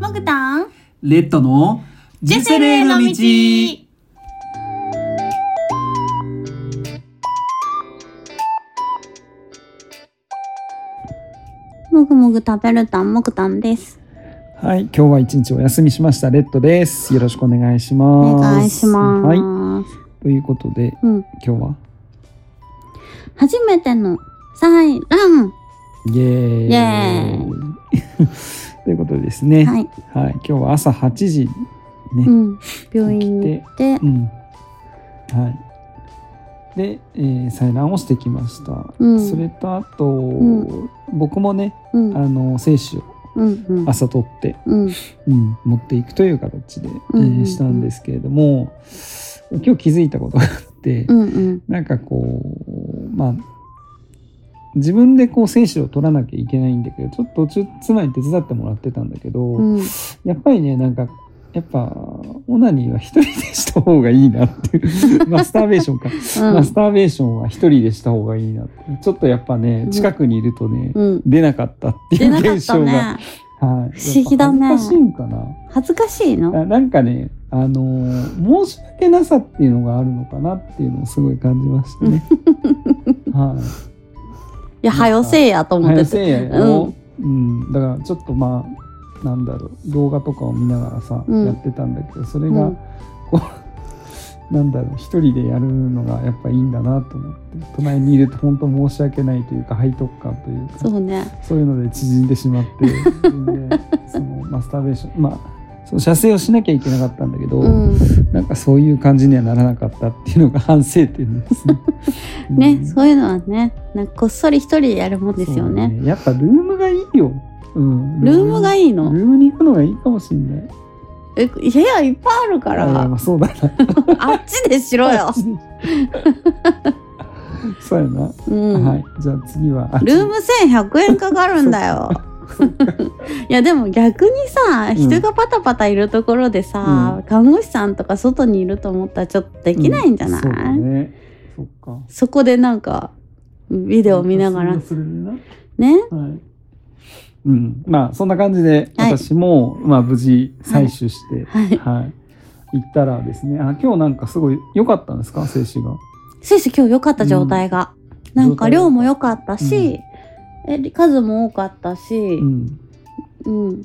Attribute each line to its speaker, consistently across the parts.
Speaker 1: もぐたん
Speaker 2: レッドの
Speaker 1: ジェセルへの道もぐもぐ食べるたんもぐたんです
Speaker 2: はい、今日は一日お休みしましたレッドです。よろしくお願いし
Speaker 1: お
Speaker 2: ます。
Speaker 1: 願いします、
Speaker 2: はい、ということで
Speaker 1: うん、
Speaker 2: 今日は
Speaker 1: 初めてのサイラン
Speaker 2: イエーイ。
Speaker 1: イエー
Speaker 2: ということでですね。
Speaker 1: はい、
Speaker 2: はい、今日は朝8時ね。
Speaker 1: うん、病院に行って
Speaker 2: うんはい。で、えー、採卵をしてきました。
Speaker 1: うん
Speaker 2: それとあと、
Speaker 1: ん
Speaker 2: 僕もね、
Speaker 1: うん
Speaker 2: あの精子を
Speaker 1: うんうん
Speaker 2: 朝取って、
Speaker 1: うん
Speaker 2: うん、持っていくという形で、
Speaker 1: うんうんう
Speaker 2: え
Speaker 1: ん
Speaker 2: ーしたんですけれども、今日気づいたことがあって、
Speaker 1: うんうん
Speaker 2: なんかこうまあ自分でこう精子を取らなきゃいけないんだけどちょっと途中妻に手伝ってもらってたんだけど、
Speaker 1: うん
Speaker 2: やっぱりねなんかやっぱオナニーは一人でした方がいいなってい うマスターベーションか、マスターベーションは一人でした方がいいなってちょっとやっぱね
Speaker 1: うん
Speaker 2: 近くにいるとね、
Speaker 1: うん
Speaker 2: 出なかったって
Speaker 1: 出
Speaker 2: い
Speaker 1: な
Speaker 2: う
Speaker 1: かっ
Speaker 2: 現
Speaker 1: た
Speaker 2: 象が、
Speaker 1: ね
Speaker 2: はい、
Speaker 1: 不思議だね
Speaker 2: やっぱ恥ずかしいんかな
Speaker 1: 恥ずかしいの
Speaker 2: あなんかねあのー申し訳なさっていうのがあるのかなっていうのをすごい感じましたね。 はい
Speaker 1: いやはよせえやと思って
Speaker 2: 早
Speaker 1: て
Speaker 2: せえやろ、うんだからちょっとまあなんだろう動画とかを見ながらさ、
Speaker 1: うん
Speaker 2: やってたんだけどそれ
Speaker 1: う
Speaker 2: が
Speaker 1: ん
Speaker 2: こう、なんだろう一人でやるのがやっぱいいんだなと思って隣にいると本当申し訳ないというか背徳感というか
Speaker 1: そうね
Speaker 2: そういうので縮んでしまって でそのマスターベーションまあその射精をしなきゃいけなかったんだけど、
Speaker 1: うん
Speaker 2: なんかそういう感じにはならなかったっていうのが反省点ですね。
Speaker 1: ね、そういうのはね、なんかこっそり一人でやるもんですよね。
Speaker 2: そうだやっぱルームがいいよ。うん。
Speaker 1: ルームがいいの
Speaker 2: ルームに行くのがいいかもしんない。
Speaker 1: え、部屋いっぱいあるか
Speaker 2: あ
Speaker 1: ら、
Speaker 2: まあそうだな。
Speaker 1: あっちでしろよ。
Speaker 2: そうやな。
Speaker 1: うん。
Speaker 2: はい。じゃあ次は。
Speaker 1: ルーム1100円かかるんだよ。 いやでも逆にさ
Speaker 2: ん
Speaker 1: 人がパタパタいるところでさ、看護師さんとか外にいると思ったらちょっとできないんじゃない、
Speaker 2: うそうだね。そっか。
Speaker 1: そこでなんかビデオ見ながら
Speaker 2: それはそれでな
Speaker 1: ね
Speaker 2: はい。うん。まあそんな感じで
Speaker 1: はい
Speaker 2: 私もまあ無事採取して
Speaker 1: はい
Speaker 2: はい。行ったらですね。あ今日なんかすごい良かったんですか精子が。
Speaker 1: 先生今日良かった状態が、
Speaker 2: うん
Speaker 1: なんか量も良かったし、え数も多かったし、
Speaker 2: うん。
Speaker 1: うん、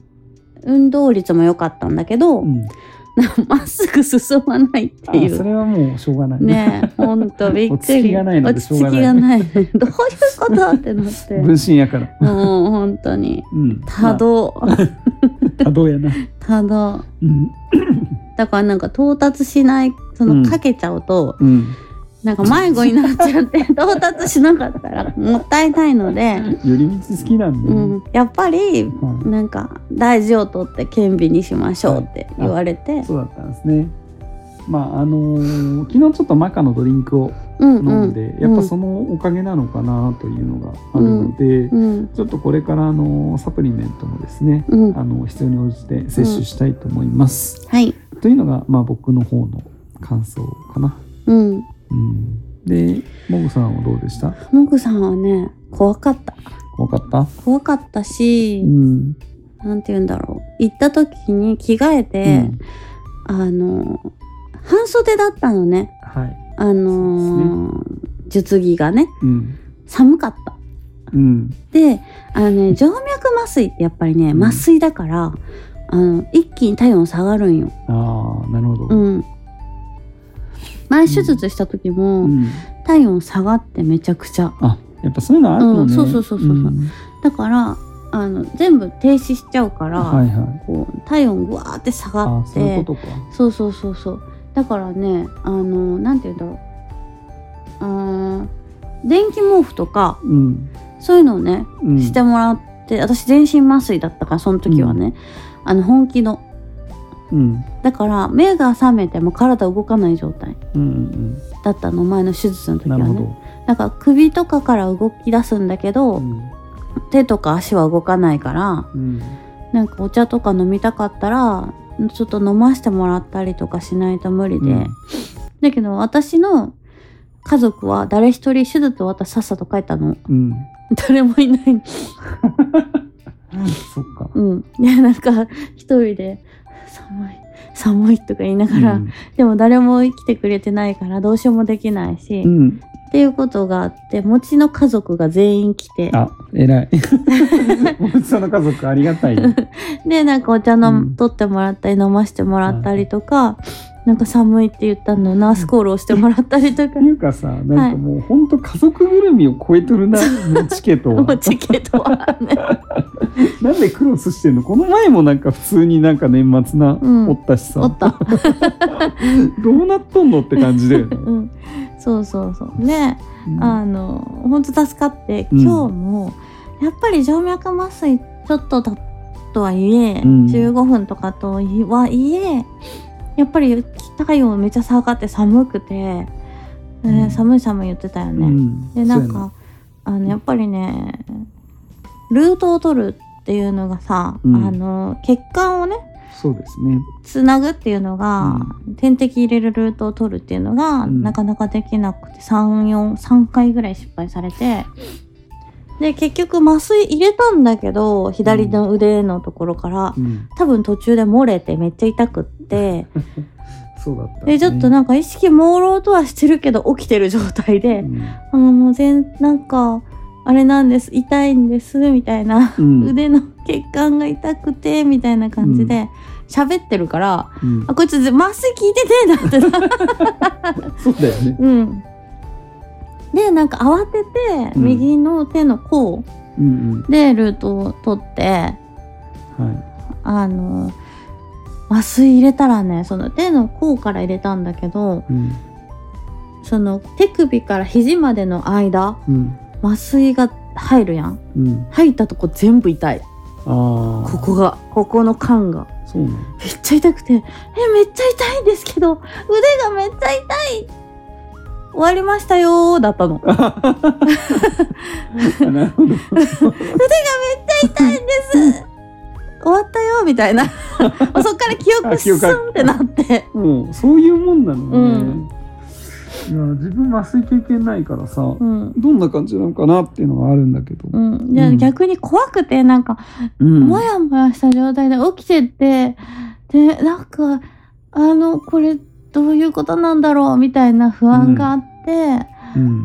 Speaker 1: 運動率も良かったんだけど、
Speaker 2: うん。
Speaker 1: まっすぐ進まないってい。
Speaker 2: あそうれはもうしょうがない
Speaker 1: ねえ、ほんとびっくり。
Speaker 2: 落ち着きがないので
Speaker 1: 落ち着きがない。どういうことってなって。
Speaker 2: 分 身やから。
Speaker 1: もう本当に。
Speaker 2: うん。
Speaker 1: 多動。
Speaker 2: まあ。多動やな。
Speaker 1: 多動。
Speaker 2: うん。
Speaker 1: だからなんか到達しない、そうの
Speaker 2: ん
Speaker 1: かけちゃうと、
Speaker 2: うん。
Speaker 1: なんか迷子になっちゃ って、到達しなかったらもったいないので、
Speaker 2: 寄り道好きなんで
Speaker 1: う
Speaker 2: ね。
Speaker 1: ん、やっぱり、
Speaker 2: は
Speaker 1: なんか大事をとって顕微にしましょうって言われて
Speaker 2: い。、そうだったんですね。まああのー昨日ちょっとマカのドリンクを
Speaker 1: うん
Speaker 2: 飲
Speaker 1: うんん。
Speaker 2: で、やっぱそのおかげなのかなというのがあるので、
Speaker 1: うん
Speaker 2: ちょっとこれからあのーサプリメントもですね、
Speaker 1: うん
Speaker 2: あの必要に応じて摂取したいと思います。
Speaker 1: はい。
Speaker 2: というのがまあ僕の方の感想かな。
Speaker 1: うん。
Speaker 2: うん、でモグさんはどうでした？
Speaker 1: もぐさんはね、怖かった。
Speaker 2: わかった？
Speaker 1: 怖かったし
Speaker 2: う、ん。
Speaker 1: なんて言うんだろう。行った時に着替え
Speaker 2: う
Speaker 1: て
Speaker 2: ん、
Speaker 1: あの、半袖だったのね。
Speaker 2: はい。
Speaker 1: あのー、術着がね、
Speaker 2: うん。
Speaker 1: 寒かった。
Speaker 2: うん。
Speaker 1: で、あのね、静脈麻酔ってやっぱりね、
Speaker 2: うん
Speaker 1: 麻酔だから、あの、一気に体温下がるんよ。
Speaker 2: ああ、なるほど。
Speaker 1: うん。前手術した時
Speaker 2: う
Speaker 1: も、
Speaker 2: ん
Speaker 1: 体温下がってめちゃくちゃ。
Speaker 2: あ、やっぱそういうのあるよ
Speaker 1: うん
Speaker 2: ね。
Speaker 1: そうそうそうそうそうんだから、あの、全部停止しちゃうから、
Speaker 2: はいはい。
Speaker 1: こう体温ぐわーって下が
Speaker 2: あ、
Speaker 1: っ
Speaker 2: そういう
Speaker 1: て
Speaker 2: ことか。
Speaker 1: そうそうそうそうだからねあのなんて言うんだろうあー電気毛布とか
Speaker 2: うん。
Speaker 1: そういうのをね、
Speaker 2: うん
Speaker 1: してもらって私全身麻酔だったからその時はね、あの本気の
Speaker 2: うん。
Speaker 1: だから目が覚めても体動かない状態
Speaker 2: うんうん
Speaker 1: だったの前の手術の
Speaker 2: うん。
Speaker 1: 時
Speaker 2: な
Speaker 1: は
Speaker 2: るほ
Speaker 1: ね
Speaker 2: ど。
Speaker 1: だから首とかから動き出すんだけど、
Speaker 2: うん
Speaker 1: 手とか足は動かないから
Speaker 2: うん。
Speaker 1: なんかお茶とか飲みたかったらちょっと飲ませてもらったりとかしないと無理で、
Speaker 2: うん
Speaker 1: だけど私の家族は誰一人手術終わったらさっさと帰ったの
Speaker 2: うん。
Speaker 1: 誰もいない
Speaker 2: そっ か。
Speaker 1: うんでなんか一人で「寒い寒い」とか言いながら、
Speaker 2: うん
Speaker 1: でも誰も来てくれてないからどうしようもできないし、
Speaker 2: う
Speaker 1: っ
Speaker 2: ん。
Speaker 1: ていうことがあって持ちの家族が全員来て
Speaker 2: あ、偉い。 もうその家族ありがたいよ。
Speaker 1: でなんかお茶
Speaker 2: う
Speaker 1: の
Speaker 2: ん
Speaker 1: 取ってもらったり飲ましてもらったりとか、なんか寒いって言ったのをナースコールをしてもらったりとか
Speaker 2: っ。ていうかさ、なんかもう本当家族ぐるみを超えとるな、もうチケット
Speaker 1: もう
Speaker 2: は。
Speaker 1: チケットはね
Speaker 2: なんでクロスしてんのこの前もなんか普通になんか年末な、
Speaker 1: うん
Speaker 2: おったしさ。
Speaker 1: おった、
Speaker 2: どうなっとんのって感じだよ
Speaker 1: う
Speaker 2: ね。
Speaker 1: ん、そうそうそうね あの本当助かって
Speaker 2: うん
Speaker 1: 今日も、やっぱり静脈麻酔ちょっとだとはいえ、
Speaker 2: うん
Speaker 1: 15分とかとはいえやっぱり体温めっちゃ下がって寒くて、ね
Speaker 2: うん
Speaker 1: 寒い寒い言ってたよ
Speaker 2: う
Speaker 1: ね。
Speaker 2: ん
Speaker 1: でなん
Speaker 2: そうや
Speaker 1: かあのやっぱりねルートを取るっていうのがさ、
Speaker 2: うん
Speaker 1: あの血管をね
Speaker 2: そうですね。
Speaker 1: つなぐっていうのが、点滴入れるルートを取るっていうのが、
Speaker 2: うん
Speaker 1: なかなかできなくて343回ぐらい失敗されてで結局麻酔入れたんだけど左の腕のところから、
Speaker 2: うん、
Speaker 1: 多分途中で漏れてめっちゃ痛く って
Speaker 2: そうだった、
Speaker 1: でちょっとなんか意識朦朧とはしてるけど起きてる状態で。
Speaker 2: う
Speaker 1: あのもう全なんかあれなんです痛いんですみたいな、
Speaker 2: ん、うん、
Speaker 1: 腕の血管が痛くてみたいな感じで喋ってるから、
Speaker 2: うん
Speaker 1: あこいつ麻酔効いててえなってな
Speaker 2: そうだよね。
Speaker 1: うんでなんか慌てて
Speaker 2: うん
Speaker 1: 右の手の甲
Speaker 2: うん
Speaker 1: でルートを取って、
Speaker 2: うん、はい。
Speaker 1: あの麻酔入れたらねその手の甲から入れたんだけど
Speaker 2: うん、
Speaker 1: その手首から肘までの間
Speaker 2: うん、
Speaker 1: 麻酔が入るやん
Speaker 2: うん、
Speaker 1: 入ったとこ全部痛い
Speaker 2: ああ、
Speaker 1: ここがここの管が
Speaker 2: そうなの。
Speaker 1: めっちゃ痛くてえめっちゃ痛いんですけど腕がめっちゃ痛い終わりましたよーだった の
Speaker 2: あ なるほど。
Speaker 1: 痛いんです終わったよーみたい なもうそっから記憶
Speaker 2: あ記
Speaker 1: す
Speaker 2: 憶あ
Speaker 1: んってなって
Speaker 2: もうそういうもんなのね。いや自分麻酔経験ないからさ、
Speaker 1: うん
Speaker 2: どんな感じなのかなっていうのがあるんだけど。
Speaker 1: うん、で
Speaker 2: うん
Speaker 1: 逆に怖くてなんか
Speaker 2: うん
Speaker 1: もやもやした状態で起きてってでなんかあのこれどういうことなんだろうみたいな不安があって、
Speaker 2: うん、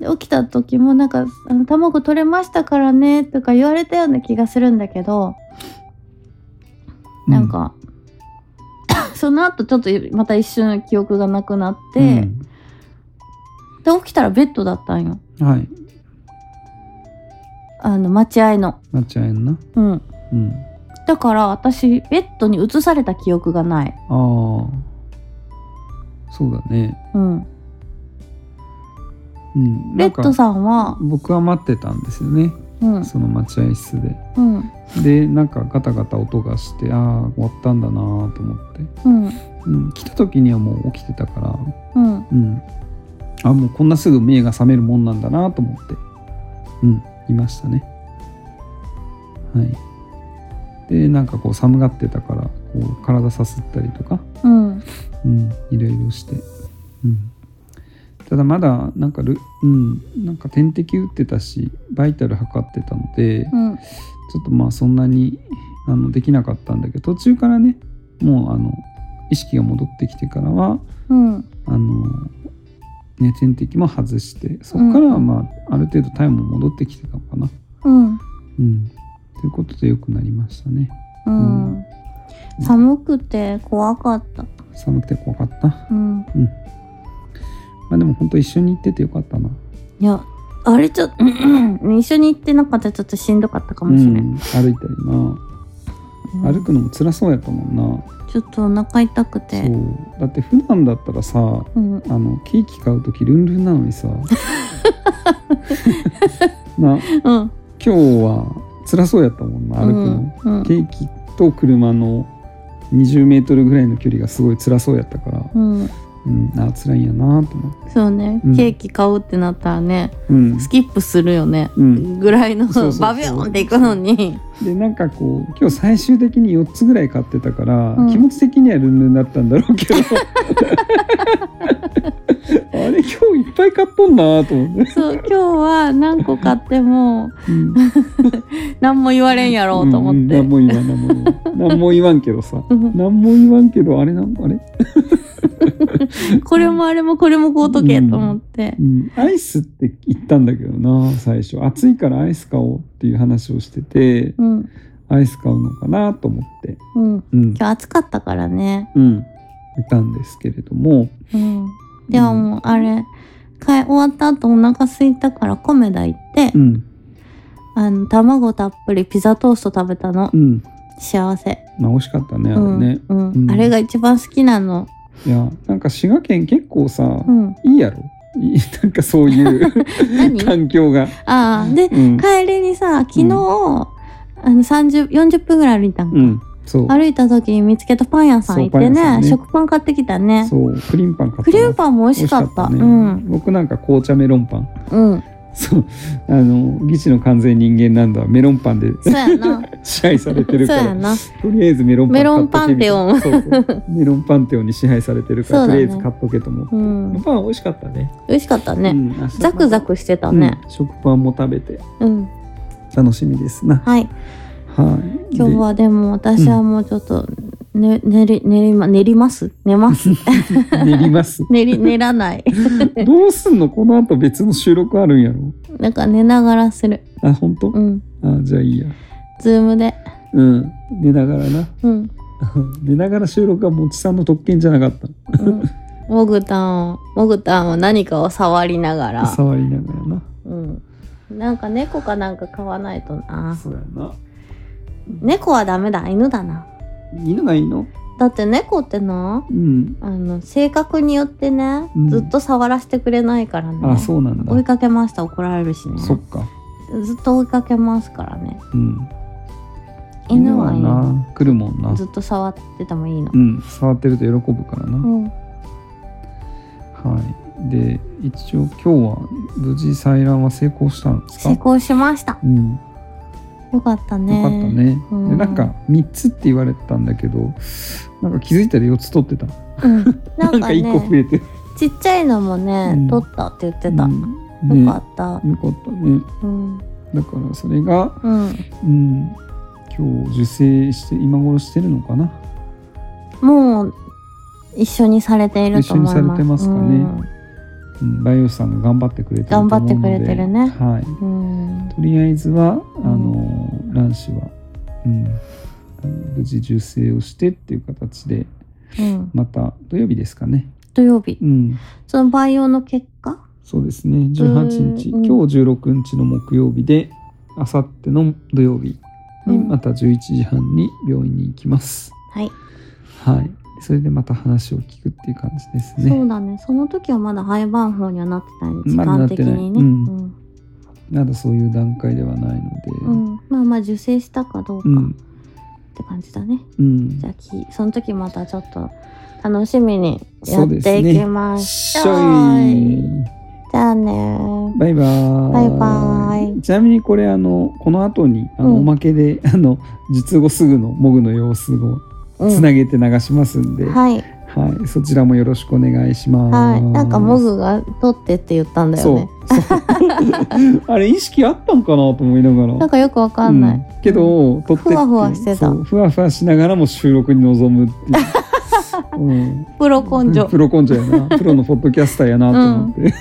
Speaker 1: で起きた時もなんかあの「卵取れましたからね」とか言われたような気がするんだけど、なんか その後ちょっとまた一瞬記憶がなくなって、で起きたらベッドだったんよ
Speaker 2: うん、はい、
Speaker 1: あの待合の。
Speaker 2: なっちゃえんな。
Speaker 1: うん、
Speaker 2: うん、
Speaker 1: だから私ベッドに移された記憶がない。
Speaker 2: ああ、そうだね。
Speaker 1: うん、
Speaker 2: うん、
Speaker 1: レ
Speaker 2: なんか
Speaker 1: ッドさんは、
Speaker 2: 僕は待ってたんですよね。
Speaker 1: うん
Speaker 2: その待合室で。
Speaker 1: うん
Speaker 2: でなんかガタガタ音がしてああ終わったんだなーと思って、
Speaker 1: うん
Speaker 2: うん、来た時にはもう起きてたから、
Speaker 1: うん、
Speaker 2: うん、あもうこんなすぐ目が覚めるもんなんだなと思って、うん、いましたね。はい、でなんかこう寒がってたからこう体さすったりとか、
Speaker 1: うん、
Speaker 2: うん、いろいろして、うん、ただまだなんかル、うん、なんか点滴打ってたしバイタル測ってたので。
Speaker 1: うん、
Speaker 2: ちょっとまあそんなにあのできなかったんだけど途中からねもうあの意識が戻ってきてからは
Speaker 1: うん、
Speaker 2: あの、ね、点滴も外してそこからは、
Speaker 1: うん
Speaker 2: まあ、ある程度タイムも戻ってきてたのかな。
Speaker 1: うん、
Speaker 2: うん、ということで良くなりましたね。
Speaker 1: うん、寒くて怖かった。
Speaker 2: 寒くて怖かった。ま
Speaker 1: うん。
Speaker 2: あ、でも本当一緒に行っててよかったな。
Speaker 1: いやあれちょっと一緒に行ってなかったらちょっとしんどかったか
Speaker 2: う
Speaker 1: もしれない、
Speaker 2: ん、歩いたりな。
Speaker 1: うん
Speaker 2: 歩くのも辛そうやったもんな。
Speaker 1: ちょっとお腹痛くて
Speaker 2: そう
Speaker 1: う、
Speaker 2: だって普段だったらさ
Speaker 1: ん、
Speaker 2: あのケーキ買う時ルンルンなのに さ な今
Speaker 1: うん
Speaker 2: 日は辛そうやったもんな歩くの、
Speaker 1: うん
Speaker 2: ケーキと車の20メートルぐらいの距離がすごい辛そうやったから
Speaker 1: うん
Speaker 2: うん、あ辛いんやなと思って。
Speaker 1: そうね、
Speaker 2: うん
Speaker 1: ケーキ買うってなったらね
Speaker 2: うん
Speaker 1: スキップするよね、
Speaker 2: うん
Speaker 1: ぐらいの
Speaker 2: そうそうそう
Speaker 1: バビョーンっていくのに
Speaker 2: でなんかこう今日最終的に4つぐらい買ってたから、
Speaker 1: うん
Speaker 2: 気持ち的にはルンルンだったんだろう けど あれ今日いっぱい買っとんなと思って、
Speaker 1: そう今日は何個買っても
Speaker 2: うん、
Speaker 1: 何も言われんやろうと思って、
Speaker 2: うんうん、何も言わん何も言わん何も言わんけどさ
Speaker 1: うん
Speaker 2: 何も言わんけどあれなんあれ、
Speaker 1: これもあれもこれもこうとけと思って
Speaker 2: う、ん、アイスって言ったんだけどな最初暑いからアイス買おうっていう話をしてて
Speaker 1: うん
Speaker 2: アイス買うのかなと思って
Speaker 1: うん、
Speaker 2: うん、
Speaker 1: 今日暑かったからね、
Speaker 2: うん、いたんですけれども
Speaker 1: うん、でももうあれ買い終わった後お腹空いたからコメダ行って、
Speaker 2: うん
Speaker 1: あの卵たっぷりピザトースト食べたの、
Speaker 2: うん
Speaker 1: 幸せ、
Speaker 2: まあ美味しかったねあ
Speaker 1: う
Speaker 2: れ
Speaker 1: ん
Speaker 2: ね、
Speaker 1: うん
Speaker 2: うん
Speaker 1: あれが一番好きなの、
Speaker 2: いやなんか滋賀県結構さ、
Speaker 1: うん、
Speaker 2: いいやろいいなんかそういう
Speaker 1: 何
Speaker 2: 環境が、
Speaker 1: ああで
Speaker 2: うん
Speaker 1: 帰りにさ昨日、あの30 40分ぐらい歩いたんか、
Speaker 2: うん、そう
Speaker 1: 歩いた時に見つけたパン屋さん行って
Speaker 2: そうパン屋
Speaker 1: ね
Speaker 2: さんね
Speaker 1: 食パン買ってきたね
Speaker 2: そうクリームパン買った
Speaker 1: クリーム
Speaker 2: ン
Speaker 1: パンも美味しかった
Speaker 2: ね
Speaker 1: うん
Speaker 2: 僕なんか紅茶メロンパン
Speaker 1: うん
Speaker 2: そうあの義地の完全人間なんだメロンパンで
Speaker 1: そうやな
Speaker 2: 支配されてる
Speaker 1: そう
Speaker 2: か
Speaker 1: や
Speaker 2: ら
Speaker 1: な
Speaker 2: とりあえずメロンパン買っとけ
Speaker 1: メロンパンテオン
Speaker 2: みたいなそうそうメロンパンテオンに支配されてるから、
Speaker 1: そう
Speaker 2: と
Speaker 1: だね
Speaker 2: りあえず買っとけと思って、
Speaker 1: うん
Speaker 2: パン美味しかったね
Speaker 1: 美味しかったね、
Speaker 2: うん明日
Speaker 1: ザクザクしてたね、
Speaker 2: うん食パンも食べて
Speaker 1: うん
Speaker 2: 楽しみですな
Speaker 1: はい
Speaker 2: はい
Speaker 1: 今日はでも私はもうちょっと、ね、練り練りま練ります寝ます
Speaker 2: で練ります
Speaker 1: 練り練ら ない
Speaker 2: どうすんのこの後別の収録あるんやろ
Speaker 1: なんか寝ながらする
Speaker 2: あ本当、
Speaker 1: うん
Speaker 2: あじゃあいいや
Speaker 1: ズームで
Speaker 2: うん寝ながらな
Speaker 1: うん
Speaker 2: 寝ながら収録はもちさんの特権じゃなかった
Speaker 1: うんモグタンをモグタンを何かを触りながら、
Speaker 2: 触りながらな
Speaker 1: うん、なんか猫かなんか飼わないとな
Speaker 2: そうやな
Speaker 1: 猫はダメだ犬だな
Speaker 2: 犬がいいの
Speaker 1: だって猫ってな
Speaker 2: うん
Speaker 1: あの性格によってね、
Speaker 2: うん
Speaker 1: ずっと触らせてくれないからね
Speaker 2: あそうなんだ
Speaker 1: 追いかけました怒られるしね
Speaker 2: そっか
Speaker 1: ずっと追いかけますからね
Speaker 2: うん
Speaker 1: 犬はいいの
Speaker 2: な来るもんな
Speaker 1: ずっと触っててもいいの
Speaker 2: うん触ってると喜ぶからな、
Speaker 1: うん
Speaker 2: はいで一応今日は無事採卵は成功したんですか
Speaker 1: 成功しました
Speaker 2: うん
Speaker 1: よかったね
Speaker 2: よかったね、
Speaker 1: うん
Speaker 2: でなんか3つって言われてたんだけどなんか気づいたら4つ取ってた
Speaker 1: うんな
Speaker 2: なん
Speaker 1: ん
Speaker 2: か
Speaker 1: か
Speaker 2: 1個増
Speaker 1: ね
Speaker 2: えて
Speaker 1: ちっちゃいのもね、
Speaker 2: うん
Speaker 1: 取ったって言ってた、
Speaker 2: うんね
Speaker 1: よかった
Speaker 2: よかったね
Speaker 1: うん
Speaker 2: だからそれが、
Speaker 1: うん
Speaker 2: うん、今日受精して今頃してるのかな
Speaker 1: もう一緒にされていると思います
Speaker 2: 一緒にされてますかねうんバイオスさんが頑張ってくれてると思うので
Speaker 1: 頑張ってくれてるね
Speaker 2: はい、
Speaker 1: うん、うん
Speaker 2: とりあえずは
Speaker 1: う
Speaker 2: あ
Speaker 1: ん
Speaker 2: の卵子は、うん、あの無事受精をしてっていう形で
Speaker 1: うん
Speaker 2: また土曜日ですかね
Speaker 1: 土曜日
Speaker 2: うん
Speaker 1: その培養の結果
Speaker 2: そうですね18日、
Speaker 1: うん
Speaker 2: 今日16日の木曜日であさっての土曜日に
Speaker 1: うん
Speaker 2: また11時半に病院に行きます、
Speaker 1: はい、
Speaker 2: はいそれでまた話を聞くっていう感じです
Speaker 1: そう
Speaker 2: ね
Speaker 1: だねその時はまだ廃盤法にはなってないね時
Speaker 2: まだな
Speaker 1: 間
Speaker 2: って
Speaker 1: 的
Speaker 2: ない
Speaker 1: にね、
Speaker 2: うん
Speaker 1: うん
Speaker 2: まだそういう段階ではないので
Speaker 1: うん、まあまあ受精したかどうか
Speaker 2: う
Speaker 1: っ
Speaker 2: ん
Speaker 1: て感じだね、
Speaker 2: うん
Speaker 1: じゃあきその時またちょっと楽しみにや
Speaker 2: そう
Speaker 1: っ
Speaker 2: です
Speaker 1: て
Speaker 2: ね
Speaker 1: いきまし
Speaker 2: し
Speaker 1: ょう
Speaker 2: ょい
Speaker 1: じゃあねー
Speaker 2: バイバーイ
Speaker 1: バイバーイ
Speaker 2: ちなみにこれあのこの後にあの、
Speaker 1: うん
Speaker 2: おまけで あの術後すぐのモグの様子を
Speaker 1: う
Speaker 2: つなげて流しますんで、
Speaker 1: ん、
Speaker 2: は
Speaker 1: はい
Speaker 2: いそちらもよろしくお願いします、
Speaker 1: はいなんかモグが「取って」って言ったんだよね
Speaker 2: そうそう あれ意識あったんかなと思いながら
Speaker 1: なんかよくわかんない、
Speaker 2: うんけど撮ってって
Speaker 1: ふわふわしてた
Speaker 2: そうふわふわしながらも収録に臨むって いう、うん、
Speaker 1: プロ根性
Speaker 2: プロ根性やなプロのポッドキャスターやなと思って、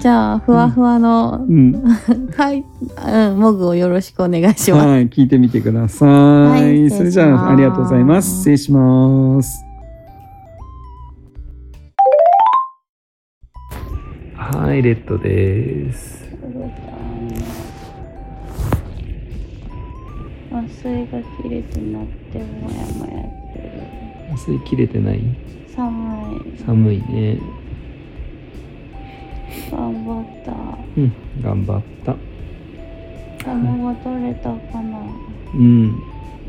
Speaker 1: じゃあふわふわの
Speaker 2: う、ん
Speaker 1: はい、うん、モグをよろしくお願いします
Speaker 2: はい聞いてみてください、
Speaker 1: い
Speaker 2: それじゃあありがとうございます失礼しますはいレッドです
Speaker 1: 麻酔が切れてなってもやもやって
Speaker 2: それ切れてない
Speaker 1: る寒い
Speaker 2: 寒いね
Speaker 1: 頑張った
Speaker 2: うん頑張った
Speaker 1: 卵取れたかな
Speaker 2: うん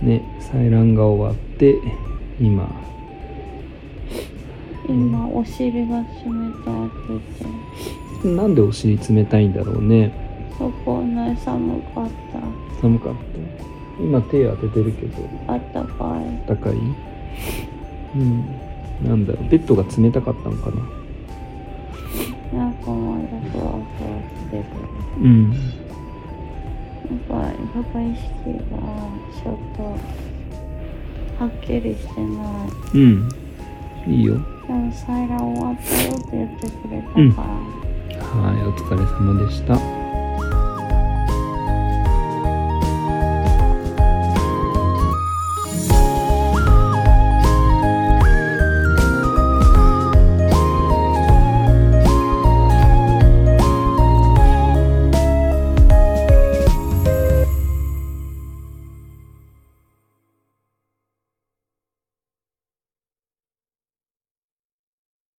Speaker 2: ね採卵が終わって今
Speaker 1: 今お尻が冷たくて
Speaker 2: なんでお尻冷たいんだろうね
Speaker 1: そこね寒かった
Speaker 2: 寒かった今手当ててるけど
Speaker 1: あったかい
Speaker 2: 高いうんなんだろうベッドが冷たかったのかな
Speaker 1: なんかまだふわふわしてる
Speaker 2: うん
Speaker 1: なんかやっぱ意識がちょっとはっきりしてない
Speaker 2: うんいいよ
Speaker 1: でも「サイラ終わったよ」って言ってくれたから。
Speaker 2: うんはいお疲れ様でした